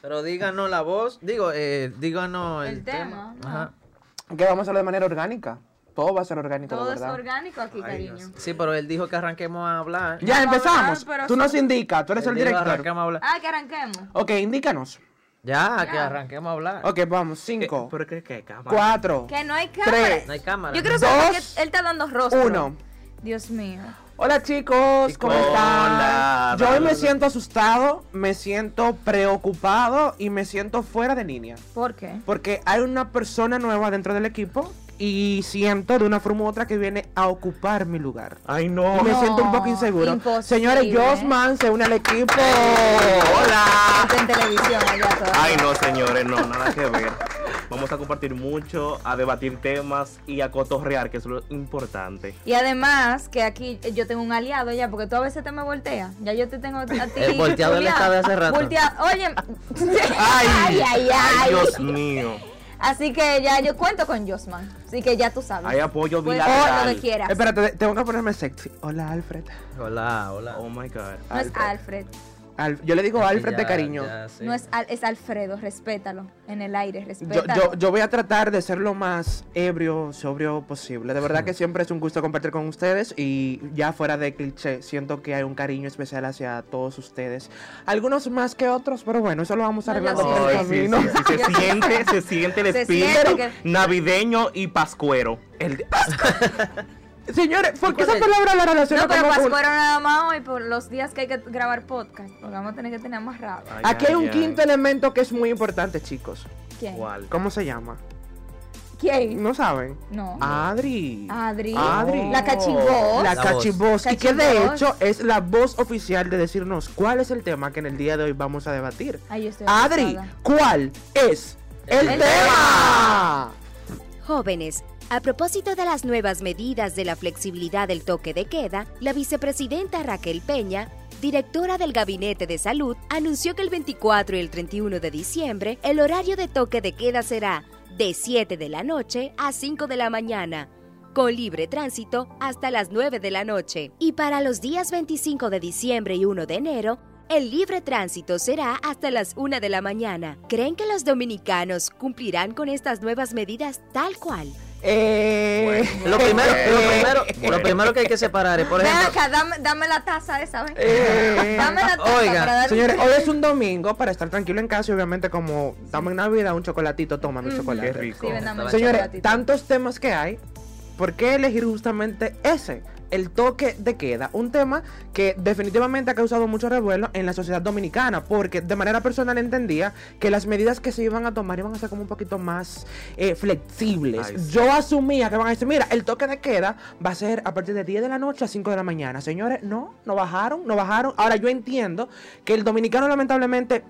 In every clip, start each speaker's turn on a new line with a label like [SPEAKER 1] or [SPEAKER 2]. [SPEAKER 1] Pero díganos la voz, digo, eh, díganos el,
[SPEAKER 2] El tema,
[SPEAKER 1] Ajá.
[SPEAKER 3] Que vamos a hacerlo de manera orgánica. Todo va a ser orgánico, de
[SPEAKER 2] Todo es
[SPEAKER 3] verdad.
[SPEAKER 2] orgánico aquí, cariño.
[SPEAKER 1] Sí, pero él dijo que arranquemos a hablar.
[SPEAKER 2] Vamos
[SPEAKER 3] ya
[SPEAKER 2] a hablar,
[SPEAKER 3] empezamos.
[SPEAKER 2] pero
[SPEAKER 3] Tú
[SPEAKER 2] sí.
[SPEAKER 3] nos indicas, tú eres
[SPEAKER 1] Él
[SPEAKER 3] el
[SPEAKER 1] dijo,
[SPEAKER 3] director.
[SPEAKER 1] arranquemos a hablar.
[SPEAKER 2] Ah, que arranquemos.
[SPEAKER 3] Ok, indícanos.
[SPEAKER 1] Ya, que
[SPEAKER 2] Ya.
[SPEAKER 1] arranquemos a hablar.
[SPEAKER 3] Ok, vamos.
[SPEAKER 4] Eh,
[SPEAKER 3] Cinco,
[SPEAKER 1] ¿Por qué qué, cámara?
[SPEAKER 3] cuatro,
[SPEAKER 2] Que no hay cámara.
[SPEAKER 1] No hay cámara.
[SPEAKER 2] Yo quiero saber por
[SPEAKER 3] Dos,
[SPEAKER 2] qué él está dando rostro.
[SPEAKER 3] uno.
[SPEAKER 2] Dios mío.
[SPEAKER 3] Hola chicos, ¿cómo
[SPEAKER 1] Hola,
[SPEAKER 3] están?
[SPEAKER 4] hola.
[SPEAKER 3] Yo hoy me siento asustado, me siento preocupado y me siento fuera de línea.
[SPEAKER 2] ¿Por qué?
[SPEAKER 3] Porque hay una persona nueva dentro del equipo y siento de una forma u otra que viene a ocupar mi lugar.
[SPEAKER 4] Ay, no.
[SPEAKER 3] Y me
[SPEAKER 2] No,
[SPEAKER 3] siento un poco inseguro.
[SPEAKER 2] imposible. ¿eh?
[SPEAKER 3] Señores, Josman se une al equipo.
[SPEAKER 4] Hola.
[SPEAKER 2] Está en televisión allá todo.
[SPEAKER 4] Ay, no, señores, no, nada que ver. Vamos a compartir mucho, a debatir temas y a cotorrear, que es lo importante.
[SPEAKER 2] Y además, que aquí eh, yo tengo un aliado ya, porque tú a veces te me volteas. Ya yo te tengo a ti.
[SPEAKER 1] El volteado él está de hace rato.
[SPEAKER 2] Volteado. Oye. ay, ay, ay.
[SPEAKER 4] Dios mío.
[SPEAKER 2] Así que ya yo cuento con Josman. Así que ya tú sabes.
[SPEAKER 4] Hay apoyo
[SPEAKER 2] Puedes
[SPEAKER 4] bilateral.
[SPEAKER 2] hacer lo que quieras.
[SPEAKER 3] Espérate, te- tengo que ponerme sexy. Hola, Alfred.
[SPEAKER 1] Hola, hola.
[SPEAKER 4] Oh my god.
[SPEAKER 2] No es Alfred.
[SPEAKER 3] Al- yo le digo
[SPEAKER 4] Ah,
[SPEAKER 1] Es que
[SPEAKER 3] Oh, Alfred de
[SPEAKER 1] ya-
[SPEAKER 3] cariño.
[SPEAKER 1] ya sé.
[SPEAKER 2] No es, Al- es Alfredo, respétalo. En el aire,
[SPEAKER 3] Yo,
[SPEAKER 2] respétalo.
[SPEAKER 3] yo, yo voy a tratar de ser lo más ebrio, sobrio posible. De verdad que siempre es un gusto compartir con ustedes y ya fuera de cliché, siento que hay un cariño especial hacia todos ustedes. Algunos más que otros, pero bueno, eso lo vamos
[SPEAKER 2] No, yo
[SPEAKER 3] arreglando
[SPEAKER 2] sí.
[SPEAKER 3] por el
[SPEAKER 4] Ay, sí,
[SPEAKER 3] camino.
[SPEAKER 4] sí, sí, se siente, se siente el
[SPEAKER 2] Se
[SPEAKER 4] espíritu
[SPEAKER 2] siente
[SPEAKER 4] navideño y pascuero. El de-
[SPEAKER 3] Señores, ¿por qué
[SPEAKER 2] ¿Y cuál
[SPEAKER 3] esa
[SPEAKER 2] es?
[SPEAKER 3] palabra la relaciona
[SPEAKER 2] No, pero
[SPEAKER 3] como con-
[SPEAKER 2] Pascuero nada más hoy por los días que hay que grabar podcast. Porque vamos a tener que tener amarrado.
[SPEAKER 4] Ay,
[SPEAKER 3] Aquí hay
[SPEAKER 4] ay,
[SPEAKER 3] un
[SPEAKER 4] ay.
[SPEAKER 3] quinto elemento que es muy importante, chicos.
[SPEAKER 2] ¿Quién?
[SPEAKER 4] ¿Cuál?
[SPEAKER 3] ¿Cómo se llama?
[SPEAKER 2] ¿Quién?
[SPEAKER 3] No saben.
[SPEAKER 2] No. Ah,
[SPEAKER 3] Adri.
[SPEAKER 2] Adri.
[SPEAKER 3] Ah. Adri.
[SPEAKER 2] La cachivó.
[SPEAKER 3] La
[SPEAKER 1] La
[SPEAKER 3] cachibos. Y que de
[SPEAKER 2] Cachibos.
[SPEAKER 3] hecho es la voz oficial de decirnos cuál es el tema que en el día de hoy vamos a debatir.
[SPEAKER 2] Ay, yo estoy
[SPEAKER 3] Adri,
[SPEAKER 2] asustada.
[SPEAKER 3] ¿cuál es el,
[SPEAKER 1] El
[SPEAKER 3] tema?
[SPEAKER 5] Jóvenes, a propósito de las nuevas medidas de la flexibilidad del toque de queda, la vicepresidenta Raquel Peña, directora del Gabinete de Salud, anunció que el 24 y el 31 de diciembre el horario de toque de queda será de 7 de la noche a 5 de la mañana con libre tránsito hasta las 9 de la noche. Y para los días 25 de diciembre y 1 de enero, el libre tránsito será hasta las 1 de la mañana. ¿Creen que los dominicanos cumplirán con estas nuevas medidas tal cual?
[SPEAKER 3] Eh,
[SPEAKER 1] Lo primero, lo
[SPEAKER 3] eh,
[SPEAKER 1] primero,
[SPEAKER 4] Bueno.
[SPEAKER 1] lo primero que hay que separar es, por
[SPEAKER 2] Ven
[SPEAKER 1] ejemplo,
[SPEAKER 2] acá, dame, dame la taza esa, ¿ven?
[SPEAKER 3] Eh.
[SPEAKER 2] dame la taza
[SPEAKER 1] Oiga,
[SPEAKER 2] para dar
[SPEAKER 3] Señores, hoy es un domingo para estar tranquilo en casa y obviamente como estamos en Navidad, un chocolatito, toma mi
[SPEAKER 2] Ujú.
[SPEAKER 3] chocolate.
[SPEAKER 4] Qué rico.
[SPEAKER 2] Sí, ven, dame el
[SPEAKER 3] Señores,
[SPEAKER 2] chocolatito.
[SPEAKER 3] tantos temas que hay, ¿por qué elegir justamente ese? El toque de queda, un tema que definitivamente ha causado mucho revuelo en la sociedad dominicana, porque de manera personal entendía que las medidas que se iban a tomar iban a ser como un poquito más eh, flexibles.
[SPEAKER 4] Ay, sí.
[SPEAKER 3] Yo asumía que van a decir, mira, el toque de queda va a ser a partir de 10 de la noche a 5 de la mañana. Señores, no, no bajaron, no bajaron. Ahora yo entiendo que el dominicano lamentablemente,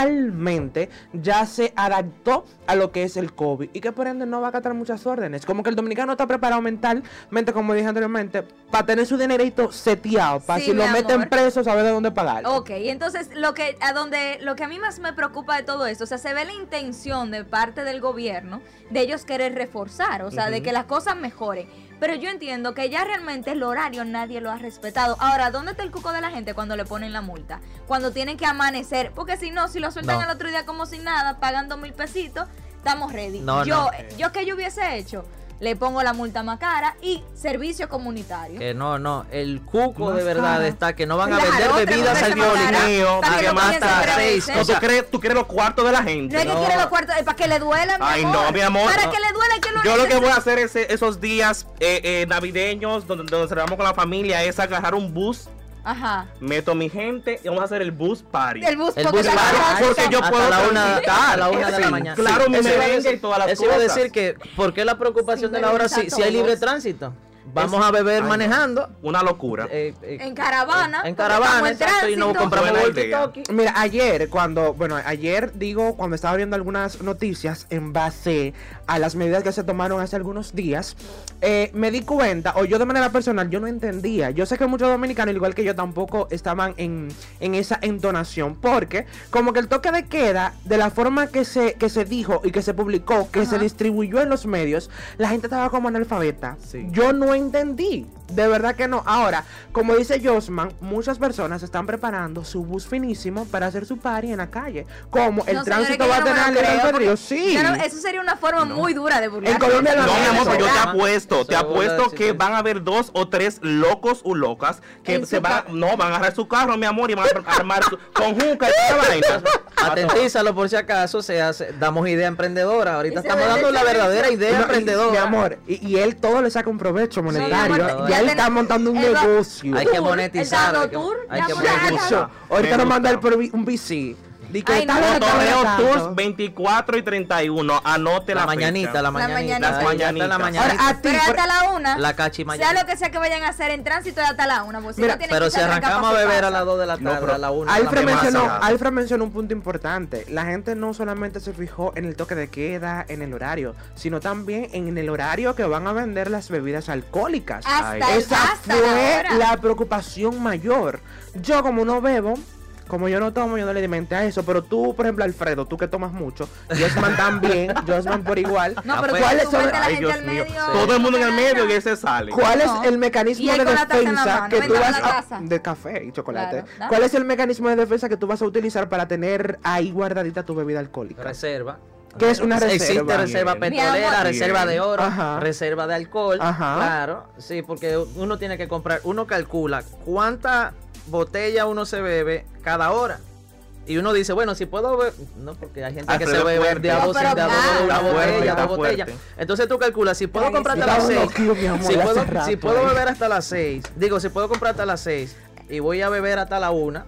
[SPEAKER 3] mentalmente, ya se adaptó a lo que es el COVID y que por ende no va a acatar muchas órdenes. Como que el dominicano está preparado mentalmente, como dije anteriormente, para tener su dinerito seteado, para
[SPEAKER 2] Sí,
[SPEAKER 3] si
[SPEAKER 2] mi
[SPEAKER 3] lo meten
[SPEAKER 2] amor.
[SPEAKER 3] preso, saber de dónde pagar.
[SPEAKER 2] Ok, y entonces lo que a donde lo que a mí más me preocupa de todo esto, o sea, se ve la intención de parte del gobierno de ellos querer reforzar, o sea, de que las cosas mejoren. Pero yo entiendo que ya realmente el horario nadie lo ha respetado. Ahora, ¿dónde está el cuco de la gente cuando le ponen la multa? Cuando tienen que amanecer, porque si no, si lo sueltan
[SPEAKER 1] No.
[SPEAKER 2] al otro día como si nada, pagando mil pesitos, estamos ready.
[SPEAKER 1] No,
[SPEAKER 2] yo,
[SPEAKER 1] no.
[SPEAKER 2] yo que yo hubiese hecho, le pongo la multa más cara y servicio comunitario.
[SPEAKER 1] que no, no, el cuco
[SPEAKER 3] Más
[SPEAKER 1] de verdad
[SPEAKER 3] cara.
[SPEAKER 1] está que no van a
[SPEAKER 2] Claro,
[SPEAKER 1] vender
[SPEAKER 2] otra
[SPEAKER 1] bebidas
[SPEAKER 2] cosa
[SPEAKER 1] al
[SPEAKER 2] que no
[SPEAKER 1] violín.
[SPEAKER 2] hará.
[SPEAKER 4] mío,
[SPEAKER 2] Está bien,
[SPEAKER 4] que
[SPEAKER 2] no
[SPEAKER 4] más
[SPEAKER 2] piensen
[SPEAKER 4] tarde.
[SPEAKER 2] prevenir.
[SPEAKER 4] No, tú crees, tú quieres los cuartos de la
[SPEAKER 2] ¿eh? No es
[SPEAKER 4] gente.
[SPEAKER 2] que
[SPEAKER 1] No.
[SPEAKER 2] quiere los cuartos, es para que le duela, mi
[SPEAKER 4] Ay,
[SPEAKER 2] amor.
[SPEAKER 4] no, mi amor,
[SPEAKER 2] Para
[SPEAKER 4] no.
[SPEAKER 2] que le duela y que lo
[SPEAKER 4] Yo lo que
[SPEAKER 2] necesite.
[SPEAKER 4] voy a hacer es esos días eh, eh, navideños donde, donde celebramos con la familia es agarrar un bus,
[SPEAKER 2] Ajá.
[SPEAKER 4] meto a mi gente y vamos a hacer el bus party.
[SPEAKER 2] El bus,
[SPEAKER 1] El
[SPEAKER 2] porque
[SPEAKER 1] bus
[SPEAKER 2] la
[SPEAKER 1] party,
[SPEAKER 2] cosa-
[SPEAKER 4] porque yo
[SPEAKER 1] Hasta
[SPEAKER 4] puedo
[SPEAKER 1] la una,
[SPEAKER 4] transitar.
[SPEAKER 1] a la una de la
[SPEAKER 4] Sí,
[SPEAKER 1] mañana.
[SPEAKER 4] Claro, mi
[SPEAKER 1] eso iba a
[SPEAKER 4] merengue
[SPEAKER 1] decir-
[SPEAKER 4] y todas las
[SPEAKER 1] eso iba a
[SPEAKER 4] cosas.
[SPEAKER 1] decir que, ¿por qué la preocupación
[SPEAKER 2] Sí,
[SPEAKER 1] de la hora si,
[SPEAKER 2] vergüenza
[SPEAKER 1] si hay libre
[SPEAKER 2] todos.
[SPEAKER 1] tránsito? Vamos a
[SPEAKER 4] Ay,
[SPEAKER 1] beber
[SPEAKER 4] no.
[SPEAKER 1] manejando.
[SPEAKER 4] Una locura.
[SPEAKER 1] eh, eh,
[SPEAKER 2] En caravana.
[SPEAKER 1] En
[SPEAKER 2] porque estamos
[SPEAKER 1] caravana,
[SPEAKER 2] en
[SPEAKER 1] exacto, y no
[SPEAKER 2] tránsito.
[SPEAKER 1] compramos
[SPEAKER 4] Buena
[SPEAKER 1] walkie
[SPEAKER 4] idea.
[SPEAKER 1] talkie.
[SPEAKER 3] Mira, ayer cuando, bueno, ayer digo, cuando estaba viendo algunas noticias en base a las medidas que se tomaron hace algunos días, eh, me di cuenta, o yo de manera personal, yo no entendía. Yo sé que muchos dominicanos, al igual que yo, tampoco estaban en, en esa entonación, porque como que el toque de queda, de la forma que se, que se dijo y que se publicó, que se
[SPEAKER 2] Ajá.
[SPEAKER 3] distribuyó en los medios, la gente estaba como analfabeta.
[SPEAKER 4] Sí.
[SPEAKER 3] Yo no entendí. De verdad que no. Ahora, como dice Josman, muchas personas están preparando su bus finísimo para hacer su party en la calle. Como el
[SPEAKER 2] No, señores,
[SPEAKER 3] tránsito
[SPEAKER 2] que yo
[SPEAKER 3] va a
[SPEAKER 2] no me
[SPEAKER 3] tener
[SPEAKER 2] lo
[SPEAKER 3] el libre
[SPEAKER 2] creo,
[SPEAKER 3] albedrío,
[SPEAKER 2] porque-
[SPEAKER 3] Sí.
[SPEAKER 2] yo no- eso sería una forma muy dura de burlarse.
[SPEAKER 3] Colombia lo
[SPEAKER 4] No, mi amor, pero yo te
[SPEAKER 2] ¿Verdad?
[SPEAKER 4] apuesto, te
[SPEAKER 1] Eso es burla
[SPEAKER 4] apuesto
[SPEAKER 1] de
[SPEAKER 4] que
[SPEAKER 1] sistema.
[SPEAKER 4] van a haber dos o tres locos u locas que
[SPEAKER 2] En
[SPEAKER 4] se
[SPEAKER 2] su
[SPEAKER 4] van,
[SPEAKER 2] ca-
[SPEAKER 4] no, van a agarrar su carro, mi amor, y van a armar su, con juca y esa vaina.
[SPEAKER 1] Atentízalo por si acaso, se hace, damos idea emprendedora. Ahorita
[SPEAKER 2] Y se
[SPEAKER 1] estamos
[SPEAKER 2] vende
[SPEAKER 1] dando la
[SPEAKER 2] servicio.
[SPEAKER 1] verdadera idea
[SPEAKER 3] No, y-
[SPEAKER 1] emprendedora.
[SPEAKER 3] Mi amor, y, y él todo le saca un provecho
[SPEAKER 2] mi amor,
[SPEAKER 3] monetario.
[SPEAKER 1] pero
[SPEAKER 3] ya él
[SPEAKER 2] ya
[SPEAKER 3] está
[SPEAKER 2] ten-
[SPEAKER 3] montando un
[SPEAKER 2] él va-
[SPEAKER 3] negocio.
[SPEAKER 1] Hay que
[SPEAKER 2] Tour,
[SPEAKER 1] monetizar.
[SPEAKER 2] el
[SPEAKER 1] hay que-
[SPEAKER 2] Dado
[SPEAKER 1] hay
[SPEAKER 2] Tour,
[SPEAKER 1] que
[SPEAKER 2] ya monetizar.
[SPEAKER 1] monetizar.
[SPEAKER 3] Muchacho, ahorita
[SPEAKER 4] Me
[SPEAKER 3] nos manda el
[SPEAKER 4] gusta.
[SPEAKER 3] provi- un VC. Di que
[SPEAKER 2] Ay,
[SPEAKER 3] está
[SPEAKER 2] no.
[SPEAKER 3] la-
[SPEAKER 4] Cotorreo
[SPEAKER 3] la-
[SPEAKER 4] Tours 24 y 31, anote este la,
[SPEAKER 1] La mañanita, la mañanita.
[SPEAKER 2] mañanita.
[SPEAKER 1] ahí está La
[SPEAKER 4] Ahora,
[SPEAKER 1] mañanita.
[SPEAKER 3] Ahora, a ti,
[SPEAKER 2] Pero
[SPEAKER 3] por-
[SPEAKER 2] hasta la una.
[SPEAKER 1] La cachimañana.
[SPEAKER 2] Sea lo que sea que vayan a hacer en tránsito, es hasta la una. Pues, si
[SPEAKER 3] Mira,
[SPEAKER 2] no tienen
[SPEAKER 1] Pero
[SPEAKER 2] que
[SPEAKER 1] si
[SPEAKER 2] arrancar pa'
[SPEAKER 1] arrancamos a
[SPEAKER 2] su
[SPEAKER 1] beber
[SPEAKER 2] casa.
[SPEAKER 1] a las 2 de la
[SPEAKER 4] No,
[SPEAKER 1] tarde,
[SPEAKER 4] pero
[SPEAKER 1] a la 1.
[SPEAKER 3] Alfred
[SPEAKER 4] También
[SPEAKER 3] mencionó,
[SPEAKER 4] pasa.
[SPEAKER 3] Alfred mencionó un punto importante. La gente no solamente se fijó en el toque de queda, en el horario, sino también en el horario que van a vender las bebidas alcohólicas.
[SPEAKER 4] Ay,
[SPEAKER 2] Hasta, el-
[SPEAKER 3] Esa
[SPEAKER 2] hasta
[SPEAKER 3] fue
[SPEAKER 2] la hora.
[SPEAKER 3] la preocupación mayor. Yo como no bebo, como yo no tomo, yo no le alimenté a eso. Pero tú, por ejemplo, Alfredo, tú que tomas mucho, Josman también, Josman por igual.
[SPEAKER 1] Ah,
[SPEAKER 2] No, pero ¿cuál
[SPEAKER 1] pues,
[SPEAKER 2] es
[SPEAKER 3] ¿cuáles
[SPEAKER 2] la
[SPEAKER 3] son-
[SPEAKER 4] Ay,
[SPEAKER 2] gente
[SPEAKER 4] Dios
[SPEAKER 2] al
[SPEAKER 4] mío.
[SPEAKER 2] medio?
[SPEAKER 4] Todo el mundo en el
[SPEAKER 2] No,
[SPEAKER 4] medio
[SPEAKER 2] no.
[SPEAKER 4] y ese sale.
[SPEAKER 3] ¿Cuál
[SPEAKER 2] No.
[SPEAKER 3] es el
[SPEAKER 2] Y
[SPEAKER 3] mecanismo
[SPEAKER 2] hay
[SPEAKER 3] de
[SPEAKER 2] con la taza en la
[SPEAKER 3] defensa
[SPEAKER 2] mano,
[SPEAKER 3] que
[SPEAKER 2] hay
[SPEAKER 3] tú
[SPEAKER 2] con la
[SPEAKER 3] vas
[SPEAKER 2] taza.
[SPEAKER 3] a, de café y chocolate?
[SPEAKER 2] Claro, dale.
[SPEAKER 3] ¿Cuál es el mecanismo de defensa que tú vas a utilizar para tener ahí guardadita tu bebida alcohólica?
[SPEAKER 1] Reserva.
[SPEAKER 3] ¿Qué es una reserva?
[SPEAKER 1] Existe reserva
[SPEAKER 4] Bien.
[SPEAKER 2] Mi
[SPEAKER 1] petrolera,
[SPEAKER 2] amor.
[SPEAKER 1] reserva de oro,
[SPEAKER 3] Ajá.
[SPEAKER 1] reserva de alcohol.
[SPEAKER 3] Ajá.
[SPEAKER 1] Claro, sí, porque uno tiene que comprar, uno calcula cuánta botella uno se bebe cada hora. Y uno dice, bueno, si puedo beber, no, porque hay gente que
[SPEAKER 4] Alfredo
[SPEAKER 1] se bebe
[SPEAKER 4] fuerte.
[SPEAKER 1] de a
[SPEAKER 2] No,
[SPEAKER 1] dos, de
[SPEAKER 2] pero
[SPEAKER 1] a dos,
[SPEAKER 2] claro.
[SPEAKER 1] una
[SPEAKER 4] Está fuerte,
[SPEAKER 1] botella,
[SPEAKER 4] está
[SPEAKER 1] dos botellas.
[SPEAKER 4] fuerte.
[SPEAKER 1] Entonces tú calculas, si puedo comprarte a
[SPEAKER 3] Está
[SPEAKER 1] las
[SPEAKER 3] un
[SPEAKER 1] seis,
[SPEAKER 3] loquillo, mi amor,
[SPEAKER 1] si
[SPEAKER 3] hace
[SPEAKER 1] puedo,
[SPEAKER 3] rato eh.
[SPEAKER 1] si puedo
[SPEAKER 3] ahí.
[SPEAKER 1] beber hasta las 6, digo, si puedo comprar hasta las 6 y voy a beber hasta la 1,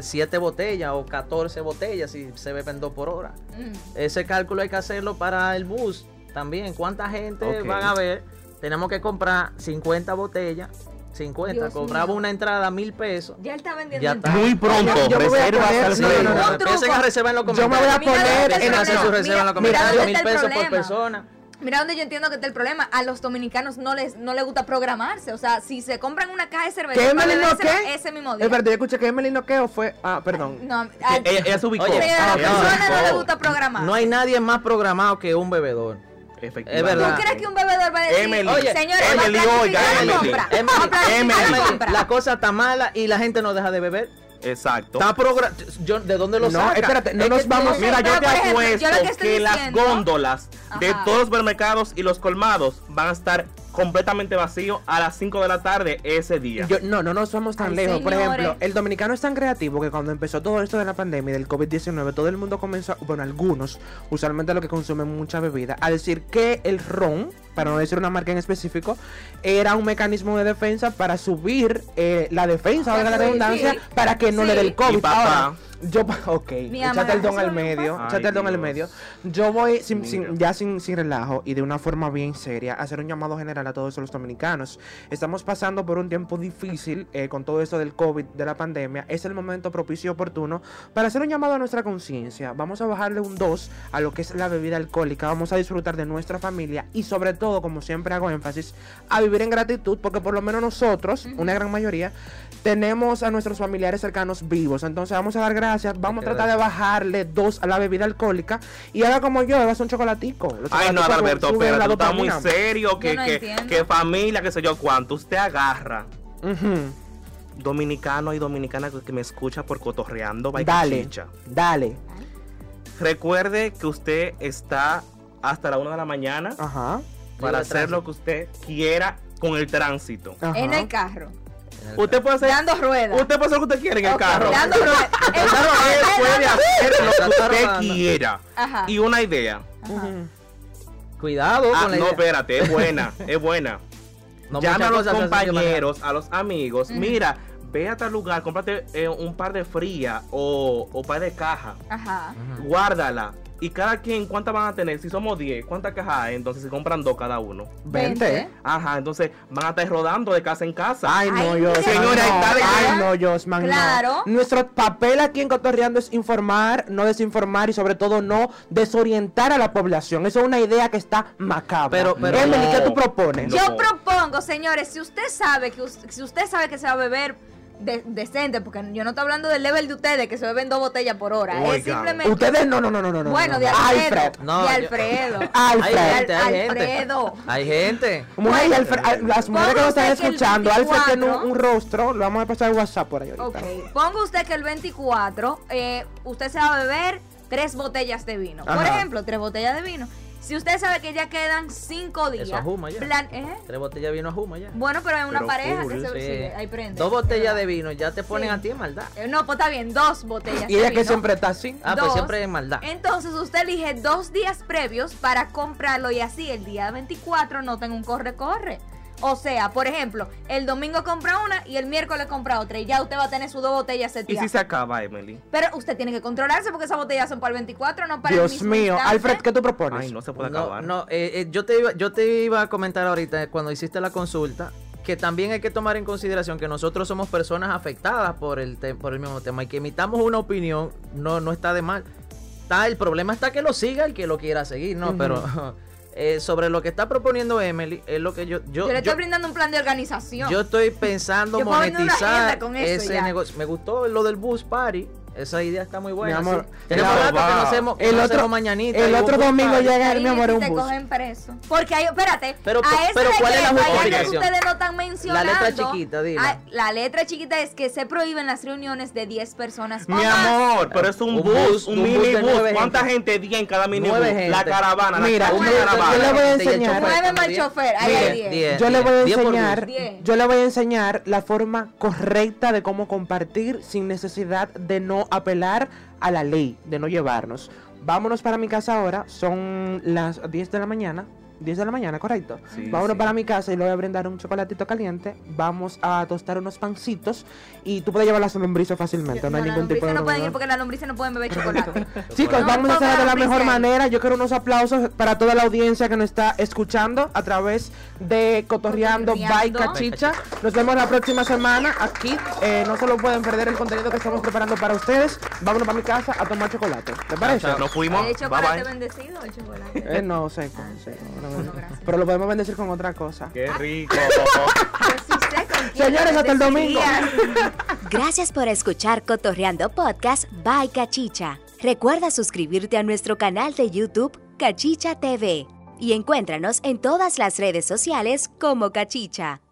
[SPEAKER 1] 7 botellas o 14 botellas si se beben 2 por hora.
[SPEAKER 2] Mm.
[SPEAKER 1] Ese cálculo hay que hacerlo para el bus también. ¿Cuánta gente
[SPEAKER 4] Ok.
[SPEAKER 1] van a ver? Tenemos que comprar 50 botellas. 50,
[SPEAKER 2] Dios
[SPEAKER 1] compraba
[SPEAKER 2] mío.
[SPEAKER 1] una entrada a mil pesos.
[SPEAKER 2] Ya él está vendiendo.
[SPEAKER 1] Ya
[SPEAKER 2] el-
[SPEAKER 1] está.
[SPEAKER 4] Muy pronto,
[SPEAKER 3] Yo- yo me voy a
[SPEAKER 4] reserva
[SPEAKER 3] poner-
[SPEAKER 4] hasta el
[SPEAKER 3] no, no, no,
[SPEAKER 4] jueves.
[SPEAKER 3] no.
[SPEAKER 2] Un
[SPEAKER 1] Empiecen a
[SPEAKER 2] truco.
[SPEAKER 1] reservar en los
[SPEAKER 3] Yo me voy
[SPEAKER 1] comentarios.
[SPEAKER 3] a
[SPEAKER 2] Mira,
[SPEAKER 3] poner
[SPEAKER 2] mira,
[SPEAKER 3] en
[SPEAKER 1] Empiecen a
[SPEAKER 2] mira,
[SPEAKER 1] hacer
[SPEAKER 3] esa-
[SPEAKER 1] su
[SPEAKER 2] mira,
[SPEAKER 1] reserva en los
[SPEAKER 2] mira,
[SPEAKER 1] comentarios.
[SPEAKER 2] ¿dónde
[SPEAKER 1] Mil
[SPEAKER 2] está el
[SPEAKER 1] pesos por
[SPEAKER 2] problema?
[SPEAKER 1] persona.
[SPEAKER 2] Mira donde yo entiendo que está el problema. A los dominicanos no les, no les gusta programarse. O sea, si se compran una caja de cerveza,
[SPEAKER 3] ¿Qué
[SPEAKER 2] para
[SPEAKER 3] Emily no
[SPEAKER 2] bebérsela
[SPEAKER 3] qué?
[SPEAKER 2] ese mismo día.
[SPEAKER 3] Espérate, yo escuché que Emily no qué o fue. Ah, perdón.
[SPEAKER 2] No, a,
[SPEAKER 4] Que
[SPEAKER 2] a-
[SPEAKER 4] Ella, ella se ubicó.
[SPEAKER 1] Oye,
[SPEAKER 2] pero a
[SPEAKER 1] ah,
[SPEAKER 2] las
[SPEAKER 4] Ella se
[SPEAKER 2] personas no
[SPEAKER 4] ubicó.
[SPEAKER 2] les gusta programar.
[SPEAKER 1] No hay nadie más programado que un bebedor.
[SPEAKER 4] Efectivamente.
[SPEAKER 1] Es
[SPEAKER 2] ¿Tú
[SPEAKER 1] verdad.
[SPEAKER 2] crees que un bebedor va a decir,
[SPEAKER 4] Emily,
[SPEAKER 2] oye,
[SPEAKER 1] oye,
[SPEAKER 2] señores,
[SPEAKER 4] Emily,
[SPEAKER 2] vamos a
[SPEAKER 4] oiga,
[SPEAKER 2] planificar la
[SPEAKER 4] Emily,
[SPEAKER 2] compra?
[SPEAKER 1] Emily,
[SPEAKER 2] Vamos a planificar
[SPEAKER 1] Emily,
[SPEAKER 2] la compra.
[SPEAKER 1] la cosa está mala y la gente no deja de beber.
[SPEAKER 4] Exacto.
[SPEAKER 1] Está progra- yo- ¿De dónde lo
[SPEAKER 3] No,
[SPEAKER 1] saca?
[SPEAKER 3] espérate, no
[SPEAKER 1] Es
[SPEAKER 3] nos
[SPEAKER 1] que
[SPEAKER 3] vamos-
[SPEAKER 1] tiene-
[SPEAKER 4] Mira,
[SPEAKER 2] Pero,
[SPEAKER 4] yo te
[SPEAKER 2] Ah, por ejemplo,
[SPEAKER 4] apuesto
[SPEAKER 2] yo lo que
[SPEAKER 4] que,
[SPEAKER 2] estoy
[SPEAKER 4] las
[SPEAKER 2] diciendo-
[SPEAKER 4] góndolas de
[SPEAKER 2] Ajá.
[SPEAKER 4] todos los supermercados y los colmados van a estar completamente vacíos a las 5 de la tarde ese día.
[SPEAKER 3] Yo- no, no nos vamos tan
[SPEAKER 2] Ay,
[SPEAKER 3] lejos. Por
[SPEAKER 2] señores.
[SPEAKER 3] ejemplo, el dominicano es tan creativo que cuando empezó todo esto de la pandemia y del COVID-19, todo el mundo comenzó, bueno, algunos, usualmente los que consumen mucha bebida, a decir que el ron, para no decir una marca en específico, era un mecanismo de defensa para subir eh, la defensa,
[SPEAKER 2] Para
[SPEAKER 3] valga la
[SPEAKER 2] subir,
[SPEAKER 3] redundancia,
[SPEAKER 2] sí.
[SPEAKER 3] para que no le dé
[SPEAKER 2] Sí.
[SPEAKER 3] el COVID.
[SPEAKER 4] Y papá.
[SPEAKER 3] Ahora, yo, pa- ok,
[SPEAKER 2] Mi amor,
[SPEAKER 3] échate el don
[SPEAKER 2] eso
[SPEAKER 3] al
[SPEAKER 2] no me
[SPEAKER 3] medio,
[SPEAKER 4] pasa.
[SPEAKER 3] échate el don
[SPEAKER 4] Ay,
[SPEAKER 3] al
[SPEAKER 4] Dios.
[SPEAKER 3] medio. Yo voy sin, sin-
[SPEAKER 4] Mira.
[SPEAKER 3] ya sin, sin relajo y de una forma bien seria a hacer un llamado general a todos los dominicanos. Estamos pasando por un tiempo difícil eh, con todo esto del COVID, de la pandemia. Es el momento propicio y oportuno para hacer un llamado a nuestra conciencia. Vamos a bajarle un 2 a lo que es la bebida alcohólica. Vamos a disfrutar de nuestra familia y sobre todo, como siempre hago énfasis, a vivir en gratitud porque por lo menos nosotros, una gran mayoría, tenemos a nuestros familiares cercanos vivos. Entonces vamos a dar gracias. Vamos a tratar de bajarle 2 a la bebida alcohólica y haga como yo, hagas un chocolatico. Los
[SPEAKER 4] Ay, no,
[SPEAKER 3] chocolaticos
[SPEAKER 4] Adalberto,
[SPEAKER 3] suben
[SPEAKER 4] espérate,
[SPEAKER 3] la
[SPEAKER 4] tú estás muy
[SPEAKER 3] dopamina.
[SPEAKER 4] serio, que,
[SPEAKER 2] Yo no
[SPEAKER 4] que-
[SPEAKER 2] entiendo.
[SPEAKER 4] que familia, qué sé yo cuánto. Usted agarra.
[SPEAKER 3] Ujú.
[SPEAKER 4] Dominicano y dominicana que me escucha por cotorreando, by
[SPEAKER 3] Dale,
[SPEAKER 4] Cachicha.
[SPEAKER 3] dale.
[SPEAKER 4] Recuerde que usted está hasta la 1 de la mañana
[SPEAKER 3] Ajá.
[SPEAKER 4] para
[SPEAKER 1] Libre Ah,
[SPEAKER 4] hacer
[SPEAKER 1] tránsito. Ah,
[SPEAKER 4] lo que usted quiera con el tránsito.
[SPEAKER 3] ajá.
[SPEAKER 2] En el carro,
[SPEAKER 4] Usted puede hacer,
[SPEAKER 2] dando ruedas.
[SPEAKER 4] usted puede hacer lo que usted quiera en el
[SPEAKER 2] Ok,
[SPEAKER 4] carro.
[SPEAKER 2] Dando ruedas.
[SPEAKER 4] El carro, él puede hacer lo que
[SPEAKER 1] Está
[SPEAKER 4] usted
[SPEAKER 1] robando.
[SPEAKER 4] quiera.
[SPEAKER 2] Ajá.
[SPEAKER 4] Y una idea.
[SPEAKER 2] ajá.
[SPEAKER 3] Ujú.
[SPEAKER 1] Cuidado
[SPEAKER 4] Ah,
[SPEAKER 1] con la
[SPEAKER 4] no,
[SPEAKER 1] idea.
[SPEAKER 4] espérate, es buena, es buena.
[SPEAKER 1] No,
[SPEAKER 4] Llama
[SPEAKER 1] muchas
[SPEAKER 4] a los
[SPEAKER 1] cosas se hacen que manejar.
[SPEAKER 4] compañeros, a los amigos.
[SPEAKER 2] Ujú.
[SPEAKER 4] Mira, ve a tal lugar, cómprate eh, un par de fría o, o par de caja.
[SPEAKER 2] Ajá.
[SPEAKER 1] Ujú.
[SPEAKER 4] Guárdala. Y cada quien, ¿cuántas van a tener? Si somos 10, ¿cuántas cajas hay? Entonces se compran dos cada uno.
[SPEAKER 3] Vente.
[SPEAKER 4] Ajá, entonces van a estar rodando de casa en casa.
[SPEAKER 3] Ay, no,
[SPEAKER 2] Ay,
[SPEAKER 3] yo
[SPEAKER 4] señora,
[SPEAKER 3] no.
[SPEAKER 4] está de-
[SPEAKER 3] Ay, no, Josman, no.
[SPEAKER 2] Claro.
[SPEAKER 3] Nuestro papel aquí en Cotorreando es informar, no desinformar y sobre todo no desorientar a la población. Eso es una idea que está macabra.
[SPEAKER 1] Pero- pero-
[SPEAKER 3] Emily, ¿qué
[SPEAKER 4] No.
[SPEAKER 3] tú propones?
[SPEAKER 4] No.
[SPEAKER 2] Yo propongo, señores, si usted sabe que us- si usted sabe que se va a beber de- decente, porque yo no estoy hablando del level de ustedes que se beben dos botellas por hora.
[SPEAKER 4] Oiga.
[SPEAKER 2] es simplemente.
[SPEAKER 3] Ustedes no, no, no, no, no. no,
[SPEAKER 2] bueno,
[SPEAKER 3] no.
[SPEAKER 2] de Alfredo.
[SPEAKER 3] Alfred.
[SPEAKER 1] No,
[SPEAKER 2] de
[SPEAKER 1] yo-
[SPEAKER 2] Alfredo.
[SPEAKER 1] Hay
[SPEAKER 3] Alfred.
[SPEAKER 1] gente, hay
[SPEAKER 2] Alfredo.
[SPEAKER 1] gente. Hay gente.
[SPEAKER 3] Mujer,
[SPEAKER 2] Bueno.
[SPEAKER 3] Alfred, al- las mujeres que nos
[SPEAKER 2] Póngase
[SPEAKER 3] están
[SPEAKER 2] que el
[SPEAKER 3] escuchando, Alfred tiene un,
[SPEAKER 2] 24.
[SPEAKER 3] un rostro, lo vamos a pasar el WhatsApp por ahí ahorita.
[SPEAKER 2] Ok. Ponga usted que el 24 eh, usted se va a beber tres botellas de vino. Por
[SPEAKER 3] Ajá.
[SPEAKER 2] ejemplo, tres botellas de vino. Si usted sabe que ya quedan cinco días.
[SPEAKER 1] Eso es Juma ya.
[SPEAKER 2] plan- ¿eh?
[SPEAKER 1] Tres botellas de vino a Juma ya.
[SPEAKER 2] Bueno, pero es una
[SPEAKER 4] Pero
[SPEAKER 2] pareja
[SPEAKER 4] full,
[SPEAKER 2] que se
[SPEAKER 1] Sí.
[SPEAKER 2] sí, ahí prende.
[SPEAKER 1] Dos botellas de
[SPEAKER 2] vino.
[SPEAKER 1] vino ya te ponen
[SPEAKER 2] Sí.
[SPEAKER 1] a ti en maldad.
[SPEAKER 2] No, pues está bien, dos botellas.
[SPEAKER 3] Y
[SPEAKER 2] de
[SPEAKER 3] ella que
[SPEAKER 2] vino.
[SPEAKER 3] siempre está así.
[SPEAKER 1] Ah, pues
[SPEAKER 2] Dos.
[SPEAKER 1] siempre es maldad.
[SPEAKER 2] Entonces usted elige dos días previos para comprarlo y así el día 24 no tenga un corre-corre. O sea, por ejemplo, el domingo compra una y el miércoles compra otra y ya usted va a tener sus dos botellas
[SPEAKER 4] ¿Y
[SPEAKER 2] seteadas.
[SPEAKER 4] si se acaba, Emily?
[SPEAKER 2] Pero usted tiene que controlarse porque esas botellas son para el 24, no para el
[SPEAKER 3] Dios
[SPEAKER 2] mismo
[SPEAKER 3] mío,
[SPEAKER 2] instante.
[SPEAKER 3] Alfred, ¿qué tú propones?
[SPEAKER 4] Ay, no se puede
[SPEAKER 1] No,
[SPEAKER 4] acabar.
[SPEAKER 1] no eh, eh, yo, te iba, yo te iba a comentar ahorita eh, cuando hiciste la consulta que también hay que tomar en consideración que nosotros somos personas afectadas por el, te- por el mismo tema y que emitamos una opinión no, no está de mal. Está, el problema está que lo siga el que lo quiera seguir, ¿no?
[SPEAKER 3] Ujú.
[SPEAKER 1] Pero eh, sobre lo que está proponiendo Emily, es lo que yo...
[SPEAKER 2] Yo,
[SPEAKER 1] Yo,
[SPEAKER 2] le estoy
[SPEAKER 1] yo-
[SPEAKER 2] brindando un plan de organización.
[SPEAKER 1] yo estoy pensando
[SPEAKER 2] Yo puedo vender una
[SPEAKER 1] monetizar
[SPEAKER 2] agenda con eso
[SPEAKER 1] ese
[SPEAKER 2] ya.
[SPEAKER 1] negocio. Me gustó lo del bus party. Esa idea está muy buena.
[SPEAKER 3] Mi amor,
[SPEAKER 1] sí. tenemos
[SPEAKER 4] claro,
[SPEAKER 1] rato que no
[SPEAKER 4] va.
[SPEAKER 1] hacemos, que
[SPEAKER 3] El
[SPEAKER 1] no
[SPEAKER 3] otro-
[SPEAKER 1] hacemos mañanita
[SPEAKER 3] el
[SPEAKER 1] y un
[SPEAKER 3] otro
[SPEAKER 1] bus
[SPEAKER 3] domingo
[SPEAKER 1] party.
[SPEAKER 3] llega el
[SPEAKER 2] Ahí
[SPEAKER 3] mi amor
[SPEAKER 2] sí
[SPEAKER 3] un
[SPEAKER 2] te
[SPEAKER 3] bus.
[SPEAKER 2] cogen preso. Porque hay, espérate,
[SPEAKER 1] Pero,
[SPEAKER 2] a eso
[SPEAKER 1] pero,
[SPEAKER 2] de
[SPEAKER 1] ¿cuál
[SPEAKER 2] que
[SPEAKER 1] es la
[SPEAKER 2] hay algo que
[SPEAKER 1] justificación?
[SPEAKER 2] ustedes no están mencionando.
[SPEAKER 1] chiquita, dila.
[SPEAKER 2] Ah, la letra chiquita es que se prohíben las reuniones de 10 personas o
[SPEAKER 4] Mi
[SPEAKER 2] más.
[SPEAKER 4] amor, pero es un,
[SPEAKER 1] Un
[SPEAKER 4] bus,
[SPEAKER 1] bus,
[SPEAKER 4] un,
[SPEAKER 1] un bus de
[SPEAKER 4] minibus.
[SPEAKER 1] nueve
[SPEAKER 4] ¿Cuánta
[SPEAKER 1] gente?
[SPEAKER 4] gente? 10 en cada minibus.
[SPEAKER 1] Nueve gente.
[SPEAKER 4] La caravana, la
[SPEAKER 3] Mira,
[SPEAKER 4] ca-
[SPEAKER 3] yo-
[SPEAKER 4] una
[SPEAKER 3] yo-
[SPEAKER 4] caravana.
[SPEAKER 3] yo le voy a enseñar.
[SPEAKER 2] Muéveme al chofer, ahí hay diez.
[SPEAKER 3] Yo le voy a
[SPEAKER 1] Diez por bus.
[SPEAKER 3] enseñar,
[SPEAKER 2] Diez.
[SPEAKER 3] yo le voy a enseñar la forma correcta de cómo compartir sin necesidad de no apelar a la ley, de no llevarnos. Vámonos para mi casa ahora, son las 10 de la mañana. 10 de la mañana, correcto.
[SPEAKER 4] Sí,
[SPEAKER 3] Vámonos
[SPEAKER 4] sí.
[SPEAKER 3] para mi casa y le voy a brindar un chocolatito caliente. Vamos a tostar unos pancitos y tú puedes llevar las lombrices fácilmente.
[SPEAKER 2] Yo-
[SPEAKER 3] no hay
[SPEAKER 2] las
[SPEAKER 3] ningún tipo de
[SPEAKER 2] lombrices no pueden ir
[SPEAKER 3] problema.
[SPEAKER 2] porque las lombrices no pueden beber chocolate.
[SPEAKER 3] Chicos,
[SPEAKER 2] No,
[SPEAKER 3] vamos
[SPEAKER 2] ponga
[SPEAKER 3] a hacerlo de la
[SPEAKER 2] lombrices
[SPEAKER 3] mejor
[SPEAKER 2] ahí.
[SPEAKER 3] manera. Yo quiero unos aplausos para toda la audiencia que nos está escuchando a través de Cotorreando by
[SPEAKER 2] Cotorreando.
[SPEAKER 3] Cachicha. Nos vemos la próxima semana aquí. Eh, no se lo pueden perder el contenido que estamos preparando para ustedes. Vámonos para mi casa a tomar chocolate. ¿Te parece?
[SPEAKER 4] Nos fuimos.
[SPEAKER 2] ¿El
[SPEAKER 4] Bye
[SPEAKER 2] chocolate
[SPEAKER 4] bye.
[SPEAKER 1] este
[SPEAKER 2] bendecido o el chocolate?
[SPEAKER 3] Eh, no sé. con- sí, no, no, no.
[SPEAKER 2] No, gracias.
[SPEAKER 3] Pero lo podemos bendecir con otra cosa.
[SPEAKER 4] Qué rico.
[SPEAKER 2] Yo sí sé con quién
[SPEAKER 3] Señores, hasta el domingo.
[SPEAKER 2] bendecirías.
[SPEAKER 5] Gracias por escuchar Cotorreando Podcast by Cachicha. Recuerda suscribirte a nuestro canal de YouTube Cachicha TV y encuéntranos en todas las redes sociales como Cachicha.